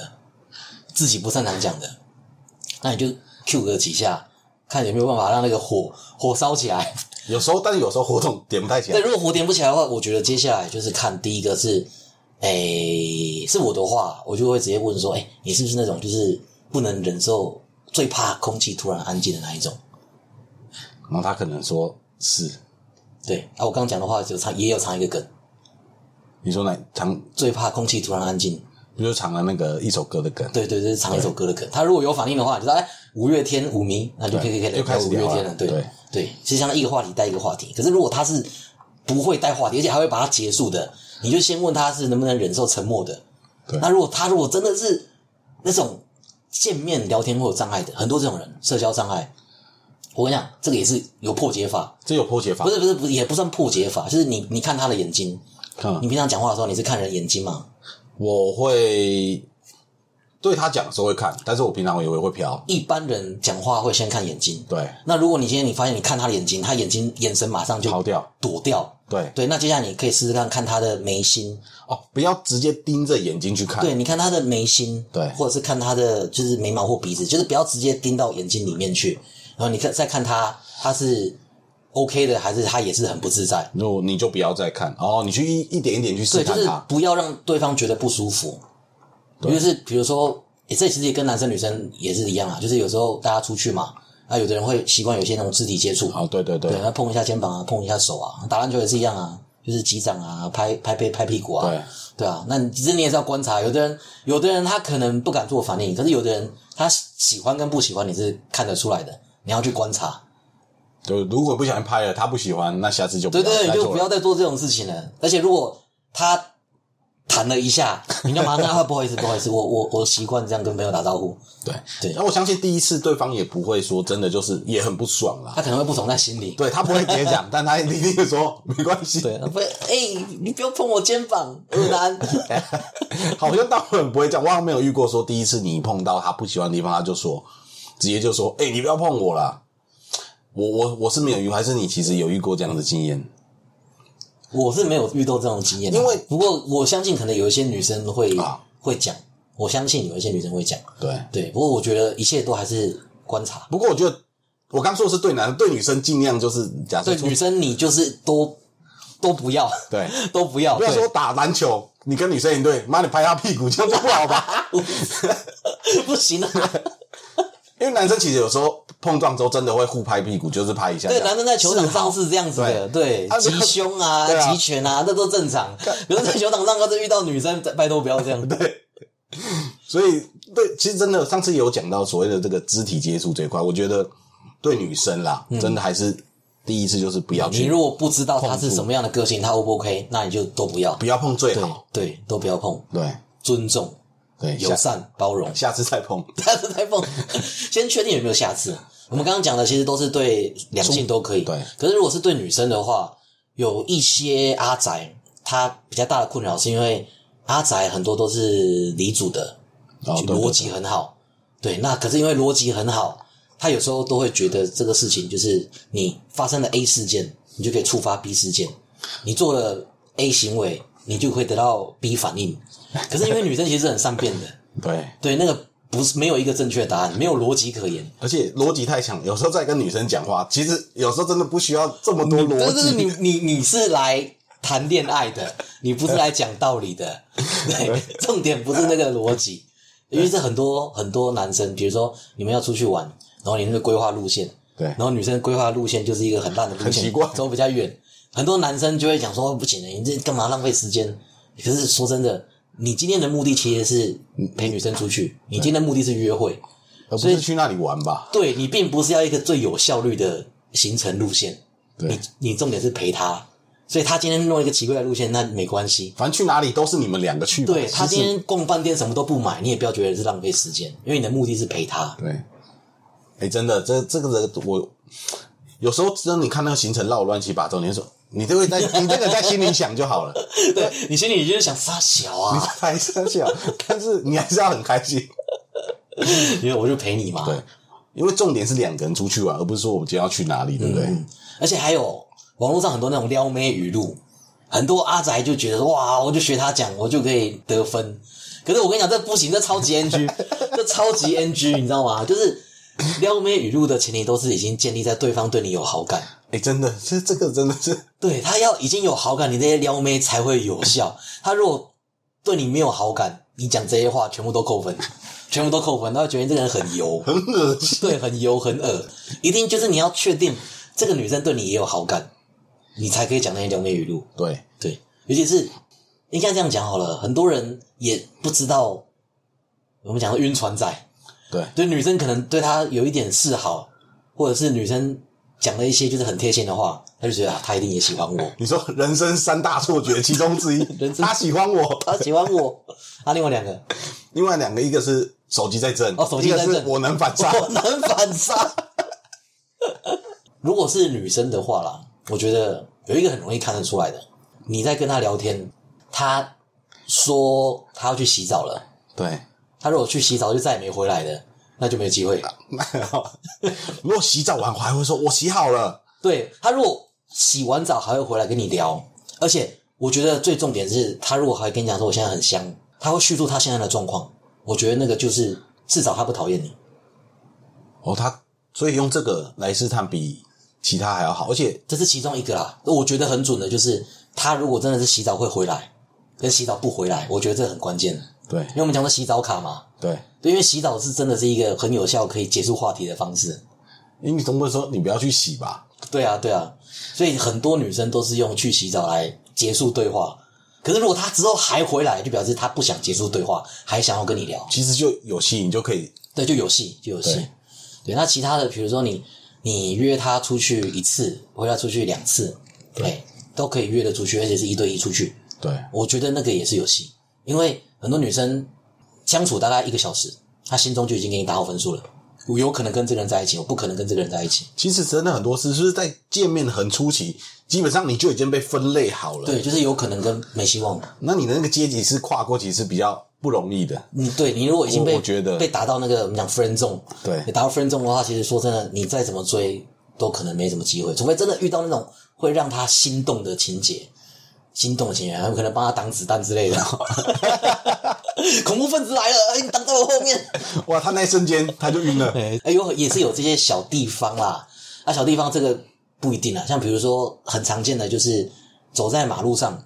Speaker 1: 自己不擅长讲的，那你就 Q 个几下，看有没有办法让那个火火烧起来。
Speaker 2: 有时候，但是有时候活动点不太起
Speaker 1: 对，
Speaker 2: 来，
Speaker 1: 如果火点不起来的话，我觉得接下来就是看第一个是，诶、是我的话，我就会直接问说，诶、你是不是那种就是不能忍受最怕空气突然安静的那一种？
Speaker 2: 然后他可能说是，
Speaker 1: 对，啊，我刚刚讲的话就藏也有藏一个梗，
Speaker 2: 你说哪常
Speaker 1: 最怕空气突然安静。
Speaker 2: 不就藏了那个一首歌的梗，
Speaker 1: 对对对，藏一首歌的梗。他如果有反应的话，你就说哎，五月天舞迷，那就可以可以
Speaker 2: 又开
Speaker 1: 聊
Speaker 2: 始
Speaker 1: 五月
Speaker 2: 聊了
Speaker 1: 天了。对
Speaker 2: 对
Speaker 1: 对，其实相当于一个话题带一个话题。可是如果他是不会带话题，而且还会把它结束的，你就先问他是能不能忍受沉默的
Speaker 2: 对。
Speaker 1: 那如果他如果真的是那种见面聊天会有障碍的，很多这种人社交障碍，我跟你讲，这个也是有破解法，
Speaker 2: 这有破解法
Speaker 1: 不，是不是不是也不算破解法，就是你你看他的眼睛，
Speaker 2: 嗯
Speaker 1: 你平常讲话的时候你是看人眼睛嘛，
Speaker 2: 我会对他讲的时候会看，但是我平常也会会飘。
Speaker 1: 一般人讲话会先看眼睛，
Speaker 2: 对，
Speaker 1: 那如果你今天你发现你看他的眼睛，他眼睛眼神马上就
Speaker 2: 抛掉。
Speaker 1: 躲掉，
Speaker 2: 对
Speaker 1: 对，那接下来你可以试试看看他的眉心，
Speaker 2: 哦，不要直接盯着眼睛去看。
Speaker 1: 对，你看他的眉心，
Speaker 2: 对
Speaker 1: 或者是看他的就是眉毛或鼻子，就是不要直接盯到眼睛里面去，然后你看再看他，他是 OK 的，还是他也是很不自在？
Speaker 2: 就你就不要再看哦，你去一一点一点去试
Speaker 1: 对，就
Speaker 2: 探
Speaker 1: 是
Speaker 2: 它。
Speaker 1: 不要让对方觉得不舒服。就是比如说，诶、这其实也跟男生女生也是一样啊，就是有时候大家出去嘛，啊，有的人会习惯有些那种肢体接触，
Speaker 2: 哦，对对对
Speaker 1: 对，那碰一下肩膀啊，碰一下手啊，打篮球也是一样啊，就是击掌啊，拍拍背、拍屁股啊，
Speaker 2: 对
Speaker 1: 对啊。那你其实你也是要观察，有的人有的人他可能不敢做反应，可是有的人他喜喜欢跟不喜欢你是看得出来的，你要去观察。
Speaker 2: 就如果不小心拍了，他不喜欢，那下次就不
Speaker 1: 对
Speaker 2: 要
Speaker 1: 对，你
Speaker 2: 再
Speaker 1: 就
Speaker 2: 做
Speaker 1: 不
Speaker 2: 了
Speaker 1: 要再做这种事情了。而且如果他弹了一下，你干嘛？那他不好意思，不好意思，我我我习惯这样跟朋友打招呼，
Speaker 2: 对
Speaker 1: 对
Speaker 2: 那我相信第一次对方也不会说真的就是也很不爽啦，
Speaker 1: 他可能会不爽在心里。
Speaker 2: 对他不会直接 讲，但他一定会说没关系。
Speaker 1: 对，他不会，哎、你不要碰我肩膀，很难。
Speaker 2: 好像大部分人不会这样，我好像没有遇过说第一次你碰到他不喜欢的地方，他就说直接就说：“哎、你不要碰我啦。”我我我是没有遇过，还是你其实有遇过这样的经验？
Speaker 1: 我是没有遇到这种经验啊，
Speaker 2: 因为
Speaker 1: 不过我相信可能有一些女生会、
Speaker 2: 啊
Speaker 1: 会讲，我相信有一些女生会讲，
Speaker 2: 对，
Speaker 1: 对。不过我觉得一切都还是观察。
Speaker 2: 不过我觉得我刚说的是对男的，对女生尽量就是假设
Speaker 1: 对
Speaker 2: 出
Speaker 1: 女生，你就是都都不要，
Speaker 2: 对，
Speaker 1: 都不要，
Speaker 2: 不要
Speaker 1: 对
Speaker 2: 说打篮球，你跟女生一队，妈你拍她屁股这样就不好吧？
Speaker 1: 不行啊。
Speaker 2: 因为男生其实有时候碰撞之后真的会互拍屁股，就是拍一下这
Speaker 1: 对，
Speaker 2: 样。
Speaker 1: 男生在球场上是这样子的，对
Speaker 2: 啊，
Speaker 1: 击
Speaker 2: 这个
Speaker 1: 胸啊
Speaker 2: 对，啊
Speaker 1: 击拳啊，这都正常。可是，在球场上要是遇到女生，拜托不要这样。
Speaker 2: 所以对，其实真的上次有讲到所谓的这个肢体接触这一块，我觉得对女生啦，真的还是第一次就是不要
Speaker 1: 嗯你
Speaker 2: 去，
Speaker 1: 如果不知道他是什么样的个性，他 O 不 OK，那你就都不要。
Speaker 2: 不要碰最
Speaker 1: 对
Speaker 2: 好。
Speaker 1: 对，都不要碰，
Speaker 2: 对
Speaker 1: 尊重、
Speaker 2: 对，
Speaker 1: 友
Speaker 2: 下
Speaker 1: 善、包容。
Speaker 2: 下次再碰。
Speaker 1: 下次再 碰，先确定有没有下次。我们刚刚讲的其实都是对两性都可以，
Speaker 2: 对
Speaker 1: 可是如果是对女生的话，有一些阿宅，他比较大的困扰是因为阿宅很多都是离组的，
Speaker 2: 哦对对
Speaker 1: 逻辑很好，对。那可是因为逻辑很好，他有时候都会觉得这个事情就是你发生了 A 事件，你就可以触发 B 事件，你做了 A 行为，你就会得到 B 反应。可是因为女生其实很善变的。
Speaker 2: 对，
Speaker 1: 对，那个不是没有一个正确答案，没有逻辑可言。
Speaker 2: 而且逻辑太强，有时候在跟女生讲话，其实有时候真的不需要这么多逻
Speaker 1: 但
Speaker 2: 辑。
Speaker 1: 是你你你是来谈恋爱的，你不是来讲道理的。对，重点不是那个逻辑，因为这很多很多男生，比如说你们要出去玩，然后你那个规划路线，
Speaker 2: 对
Speaker 1: 然后女生规划路线就是一个很烂的路线，
Speaker 2: 很奇怪
Speaker 1: 走比较远。很多男生就会讲说，不行了，你这干嘛浪费时间？可是说真的，你今天的目的其实是陪女生出去，你今天的目的是约会。
Speaker 2: 而不是去那里玩吧？
Speaker 1: 对你并不是要一个最有效率的行程路线，
Speaker 2: 对
Speaker 1: 你，你重点是陪他，所以他今天弄一个奇怪的路线，那没关系。
Speaker 2: 反正去哪里都是你们两个去嘛。
Speaker 1: 对
Speaker 2: 其实
Speaker 1: 他今天逛饭店什么都不买，你也不要觉得是浪费时间，因为你的目的是陪他。
Speaker 2: 对，哎、真的，这这个人我有时候真的你看那个行程绕乱七八糟，你就说你这个在你这个在心里想就好了，
Speaker 1: 对你心里就是想傻小啊，
Speaker 2: 拍三笑，但是你还是要很开 心。
Speaker 1: 因为我就 陪你嘛。
Speaker 2: 对，因为重点是两个人出去啊玩，而不是说我们今天要去哪里，对不对？
Speaker 1: 而且还有网络上很多那种撩妹语录，很多阿宅就觉得哇，我就学他讲，我就可以得分。可是我跟你讲，这不行，这超级 NG，这超级 NG，你知道吗？就是撩妹语录的前提都是已经建立在对方对你有好感，
Speaker 2: 哎、真的，这这个真的是
Speaker 1: 对他要已经有好感，你这些撩妹才会有 效。他如果对你没有好感，你讲这些话全部都扣分，全部都扣分，他会觉得你这个人很油，
Speaker 2: 很恶心。
Speaker 1: 对，很油很恶，一定就是你要确定这个女生对你也有好感，你才可以讲那些撩妹语录。
Speaker 2: 对，
Speaker 1: 对，尤其是应该这样讲好了，很多人也不知道我们讲的晕船仔，
Speaker 2: 对，
Speaker 1: 对女生可能对他有一点示好，或者是女生讲了一些就是很贴心的话，他就觉得啊，他一定也喜欢我，
Speaker 2: 你说人生三大错觉其中之一
Speaker 1: 人，生
Speaker 2: 他喜欢我，
Speaker 1: 他喜欢我。 啊，另外两个，
Speaker 2: 另外两个一个是手机在震，
Speaker 1: 哦手机在震
Speaker 2: 一个是我能反杀。
Speaker 1: 我能反杀。如果是女生的话啦，我觉得有一个很容易看得出来的，你在跟她聊天，她说她要去洗澡了，
Speaker 2: 对，
Speaker 1: 她如果去洗澡就再也没回来了，那就没有机会。
Speaker 2: 如果洗澡完还会说我洗好了。
Speaker 1: 对她如果洗完澡还会回来跟你聊，而且我觉得最重点是，她如果还跟你讲说我现在很香，她会叙述她现在的状况，我觉得那个就是至少她不讨厌你。
Speaker 2: 哦，他所以用这个来试探比其他还要好，而且
Speaker 1: 这是其中一个啦。我觉得很准的就是，他如果真的是洗澡会回来，跟洗澡不回来，我觉得这很关键的。
Speaker 2: 对
Speaker 1: 因为我们讲的洗澡卡嘛，
Speaker 2: 对，
Speaker 1: 对，因为洗澡是真的是一个很有效可以结束话题的方式。
Speaker 2: 因为你总不能说你不要去洗吧？
Speaker 1: 对啊，对啊，所以很多女生都是用去洗澡来结束对话。可是如果她之后还回来，就表示她不想结束对话，还想要跟你聊。
Speaker 2: 其实就有戏，你就可以
Speaker 1: 对，就有戏，就有戏。
Speaker 2: 对
Speaker 1: 对，那其他的，比如说你你约她出去一次，约她出去两次，对，都可以约得出去，而且是一对一出去。
Speaker 2: 对
Speaker 1: 我觉得那个也是有戏，因为很多女生相处大概一个小时，她心中就已经给你打好分数了。我有可能跟这个人在一起，我不可能跟这个人在一起。
Speaker 2: 其实真的很多事，就是在见面很初期，基本上你就已经被分类好了。
Speaker 1: 对，，就是有可能跟没希望。
Speaker 2: 那你的那个阶级是跨过，其实比较不容易的。
Speaker 1: 嗯，对你如果已经被
Speaker 2: 我我觉得
Speaker 1: 被打到那个我们讲 friend zone，
Speaker 2: 对
Speaker 1: 你打到 friend zone 的话，其实说真的，你再怎么追都可能没什么机会，除非真的遇到那种会让他心动的情节，心动的情节，还有可能帮他挡子弹之类的。 恐怖分子来了，哎，你挡在我后面。
Speaker 2: 哇，他那一瞬间他就晕 了。
Speaker 1: 哎、有也是有这些小地方啦。那、小地方这个不一定啦，啊像比如说很常见的就是走在马路上，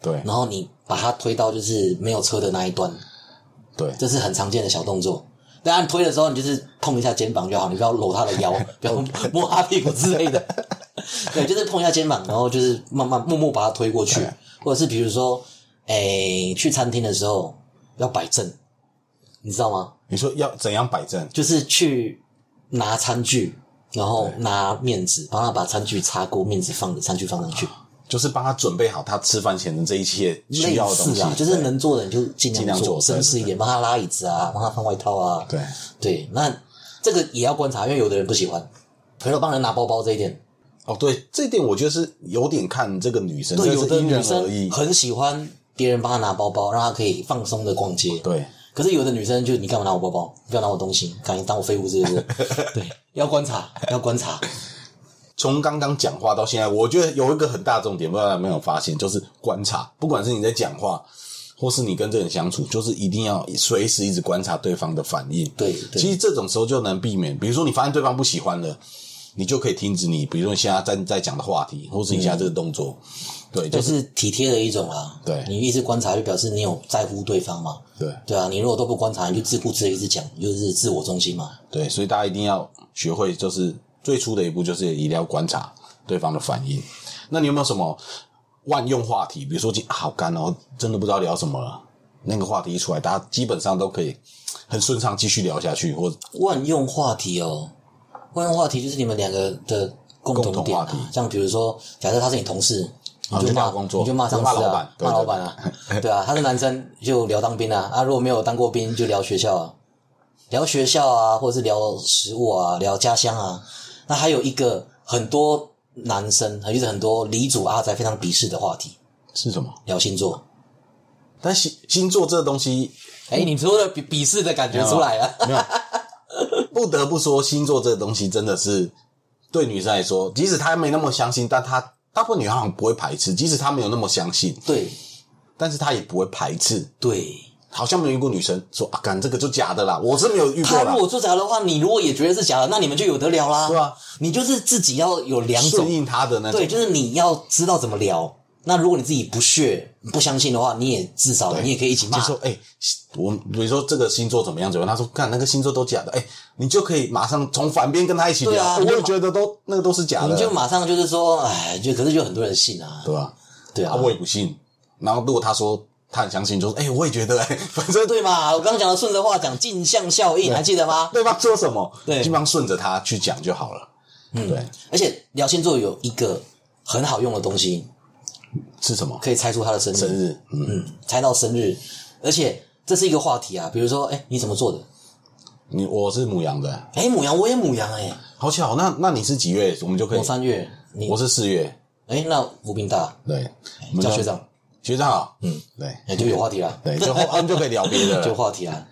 Speaker 2: 对
Speaker 1: 然后你把他推到就是没有车的那一端，
Speaker 2: 对，
Speaker 1: 这是很常见的小动作。当然推的时候，你就是碰一下肩膀就好，你不要搂他的腰，不要摸他屁股之类的。 对，就是碰一下肩膀，然后就是慢慢默默把他推过去，或者是比如说，哎、去餐厅的时候要摆正，你知道吗？
Speaker 2: 你说要怎样摆正？
Speaker 1: 就是去拿餐具，然后拿面纸，帮他把餐具擦过，面纸放着，餐具放上去，
Speaker 2: 就是帮他准备好他吃饭前的这一切需
Speaker 1: 类
Speaker 2: 要的东
Speaker 1: 似
Speaker 2: 西
Speaker 1: 啊，，就是
Speaker 2: 对
Speaker 1: 能做的你就尽
Speaker 2: 尽
Speaker 1: 量
Speaker 2: 量
Speaker 1: 做，
Speaker 2: 做
Speaker 1: 绅士一点，帮他拉椅子啊，帮他放外套啊，
Speaker 2: 对
Speaker 1: 对，那这个也要观察，因为有的人不喜欢，朋友帮人拿包包这一点，
Speaker 2: 哦，对，这一点我觉得是有点看这个女生，
Speaker 1: 对，
Speaker 2: 这
Speaker 1: 有
Speaker 2: 是
Speaker 1: 的
Speaker 2: 因
Speaker 1: 女
Speaker 2: 人而
Speaker 1: 生
Speaker 2: 异。
Speaker 1: 很喜欢别人帮她拿包包，让她可以放松的逛街，
Speaker 2: 对，
Speaker 1: 可是有的女生就你干嘛拿我包包？不要拿我东西，敢当我废物是不 是？对，要观察，要观察。
Speaker 2: 从刚刚讲话到现在，我觉得有一个很大的重点，不知道大家有没有发现，就是观察，不管是你在讲话，或是你跟这个人相处，就是一定要随时一直观察对方的反应。
Speaker 1: 对对
Speaker 2: 其实这种时候就能避免，比如说你发现对方不喜欢了。你就可以停止你，比如说你现在在在讲的话题，或是你现在这个动作，对，就
Speaker 1: 就是是体贴的一种啦。
Speaker 2: 对
Speaker 1: 你一直观察，就表示你有在乎对方嘛。
Speaker 2: 对
Speaker 1: 对啊，你如果都不观察，你就自顾自的一直讲，你就是自我中心嘛。
Speaker 2: 对，所以大家一定要学会，就是最初的一步就是一定要观察对方的反应。那你有没有什么万用话题？比如说今啊好干哦，真的不知道聊什么了，那个话题一出来，大家基本上都可以很顺畅继续聊下去，或
Speaker 1: 万用话题哦，万用话题就是你们两个的共同
Speaker 2: 共
Speaker 1: 点
Speaker 2: 同话
Speaker 1: 啊
Speaker 2: 题。
Speaker 1: 像比如说，假设他是你同事，你
Speaker 2: 啊
Speaker 1: 就
Speaker 2: 就骂
Speaker 1: 骂
Speaker 2: 工作
Speaker 1: 你就骂上司
Speaker 2: 就骂老
Speaker 1: 啊
Speaker 2: 板，对
Speaker 1: 骂老板啊， 对啊。他是男生就聊当兵啊，啊，如果没有当过兵就聊学校啊，聊学校啊，或者是聊食物啊，聊家乡啊。那还有一个很多男生，还有就是很多黎族阿宅非常鄙视的话题，
Speaker 2: 是什么？
Speaker 1: 聊星座。
Speaker 2: 但星星座这东西
Speaker 1: 哎、你说的鄙鄙视的感觉出来了。
Speaker 2: 没有，不得不说，星座这个东西真的是对女生来说，即使她没那么相信，但她大部分女孩好像不会排斥，即使她没有那么相信，
Speaker 1: 对
Speaker 2: 但是她也不会排斥。
Speaker 1: 对，
Speaker 2: 好像没有遇过女生说啊，干这个就假的啦，我是没有遇过
Speaker 1: 他
Speaker 2: 啦
Speaker 1: 如。果作假的话，你如果也觉得是假的，那你们就有得聊啦。
Speaker 2: 对啊，
Speaker 1: 你就是自己要有两
Speaker 2: 顺
Speaker 1: 种，
Speaker 2: 应他的那种
Speaker 1: 对，就是你要知道怎么聊。那如果你自己不屑、不相信的话，你也至少
Speaker 2: 对
Speaker 1: 你也可以一起骂
Speaker 2: 就。说哎、我比如说这个星座怎么样怎么样，他说看那个星座都假的，哎、你就可以马上从反面跟他一起
Speaker 1: 对
Speaker 2: 聊，
Speaker 1: 啊
Speaker 2: 我
Speaker 1: 你就
Speaker 2: 也觉得都那个都是假
Speaker 1: 你
Speaker 2: 的，
Speaker 1: 就马上就是说，哎，就可是就很多人信啊，
Speaker 2: 对吧、
Speaker 1: 对啊
Speaker 2: 啊，，我也不信。然后如果他说他很相信，就说哎、我也觉得、哎， 反正
Speaker 1: 对嘛，我刚刚讲的顺着话讲镜像效应，还记得吗？
Speaker 2: 对方说什么，
Speaker 1: 对
Speaker 2: 基本上顺着他去讲就好了。嗯，对，
Speaker 1: 而且聊星座有一个很好用的东西，
Speaker 2: 是什么？
Speaker 1: 可以猜出他的生
Speaker 2: 生
Speaker 1: 日，
Speaker 2: 日，嗯，
Speaker 1: 嗯，猜到生日，而且这是一个话题啊。比如说，哎，你怎么做的？
Speaker 2: 你我是母羊的，
Speaker 1: 哎，母羊，我也母羊哎、
Speaker 2: 好巧。那那你是几月？我们就可以
Speaker 1: 我。三月，你
Speaker 2: 我是四月，
Speaker 1: 哎，那吴斌大
Speaker 2: 对，我们
Speaker 1: 叫
Speaker 2: 就
Speaker 1: 学长，
Speaker 2: 学长好，嗯，对
Speaker 1: 哎，就有话题啦，
Speaker 2: 对，就后嗯就啊可以聊别 的
Speaker 1: 就有
Speaker 2: 了。
Speaker 1: 话题啦。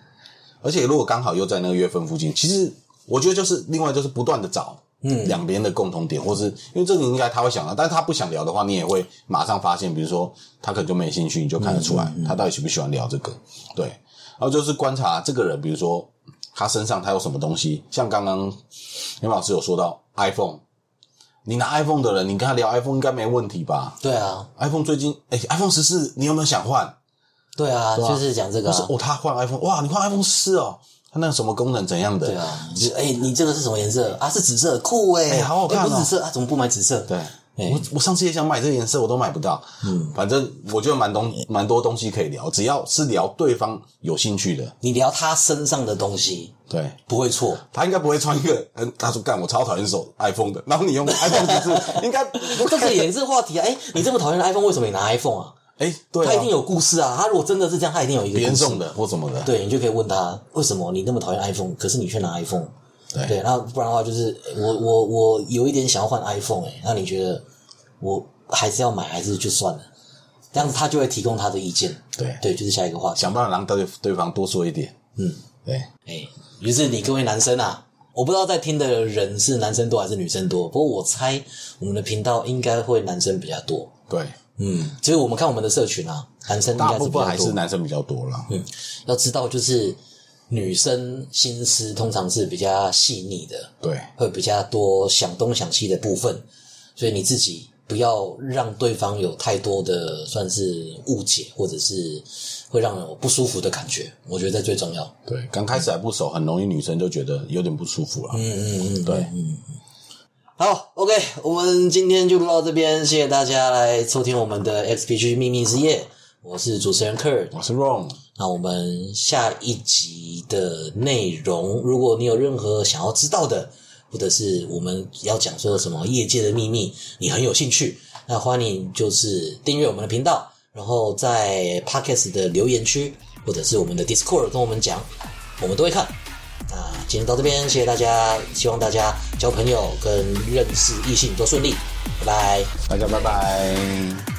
Speaker 2: 而且如果刚好又在那个月份附近，其实我觉得就是另外就是不断的找，嗯，两边的共同点，或是因为这个应该他会想到，但是他不想聊的话，你也会马上发现，比如说他可能就没兴趣，你就看得出来他到底喜不喜欢聊这个，对。然后就是观察这个人，比如说他身上他有什么东西，像刚刚林老师有说到 iPhone。你拿 iPhone 的人，你跟他聊 iPhone 应该没问题吧
Speaker 1: 对啊，
Speaker 2: ？iPhone 最近，哎、i p h o n e 十四，你有没有想换？
Speaker 1: 对啊，
Speaker 2: 对啊
Speaker 1: 就是讲这个、
Speaker 2: 他说
Speaker 1: 啊。
Speaker 2: 哦，他换 iPhone，哇，你换 iPhone 四哦，他那个什么功能怎样的？
Speaker 1: 对啊，就是哎、你这个是什么颜色啊？是紫色，酷哎、
Speaker 2: 哎好好看哦
Speaker 1: 哎不是紫色啊，怎么不买紫色？
Speaker 2: 对，
Speaker 1: 哎
Speaker 2: 我我上次也想买这个颜色，我都买不到。嗯，反正我觉得蛮东蛮多东西可以聊，只要是聊对方有兴趣的，
Speaker 1: 你聊他身上的东西
Speaker 2: 对。
Speaker 1: 不会错，
Speaker 2: 他应该不会穿一个，嗯，他说干，我超讨厌手 iPhone 的，然后你用 iPhone 十 四，应该不
Speaker 1: 这个也是话题啊。哎、你这么讨厌 iPhone，为什么你拿 iPhone 啊？
Speaker 2: 哎，对
Speaker 1: 他一定
Speaker 2: 啊，
Speaker 1: 有故事啊。他如果真的是这样，他一定有一个
Speaker 2: 别人
Speaker 1: 故事。啊
Speaker 2: 送的或什么 的，
Speaker 1: 对你就可以问他为什么你那么讨厌 iPhone，可是你却拿 iPhone。
Speaker 2: 对
Speaker 1: 对，那不然的话就是欸我我我有一点想要换 iPhone 哎、那你觉得我还是要买还是就算了？这样子他就会提供他的意见。
Speaker 2: 对
Speaker 1: 对，就是下一个话题。
Speaker 2: 想办法让对对方多说一点。
Speaker 1: 嗯，
Speaker 2: 对，
Speaker 1: 哎、于是你各位男生啊，我不知道在听的人是男生多还是女生多，不过我猜我们的频道应该会男生比较多。
Speaker 2: 对，
Speaker 1: 嗯，其实我们看我们的社群啊，男生应该
Speaker 2: 大
Speaker 1: 是
Speaker 2: 部
Speaker 1: 比较多。
Speaker 2: 分还是男生比较多啦。
Speaker 1: 嗯，要知道就是女生心思通常是比较细腻的，
Speaker 2: 对，
Speaker 1: 会比较多想东想西的部分，所以你自己不要让对方有太多的算是误解，或者是会让人有不舒服的感觉。我觉得这最重要。
Speaker 2: 对，刚开始还不熟，很容易女生就觉得有点不舒服了。
Speaker 1: 嗯嗯嗯，
Speaker 2: 对，
Speaker 1: 好，OK，我们今天就录到这边，谢谢大家来收听我们的 XPG 秘密之夜，我是主持人 Kurt，
Speaker 2: 我是 Ron，
Speaker 1: 那我们下一集的内容，如果你有任何想要知道的，或者是我们要讲说什么业界的秘密，你很有兴趣，那欢迎就是订阅我们的频道，然后在 Podcast 的留言区，或者是我们的 Discord 跟我们讲，我们都会看。那今天到这边，谢谢大家，希望大家交朋友跟认识异性都顺利，拜拜。
Speaker 2: 大家拜拜。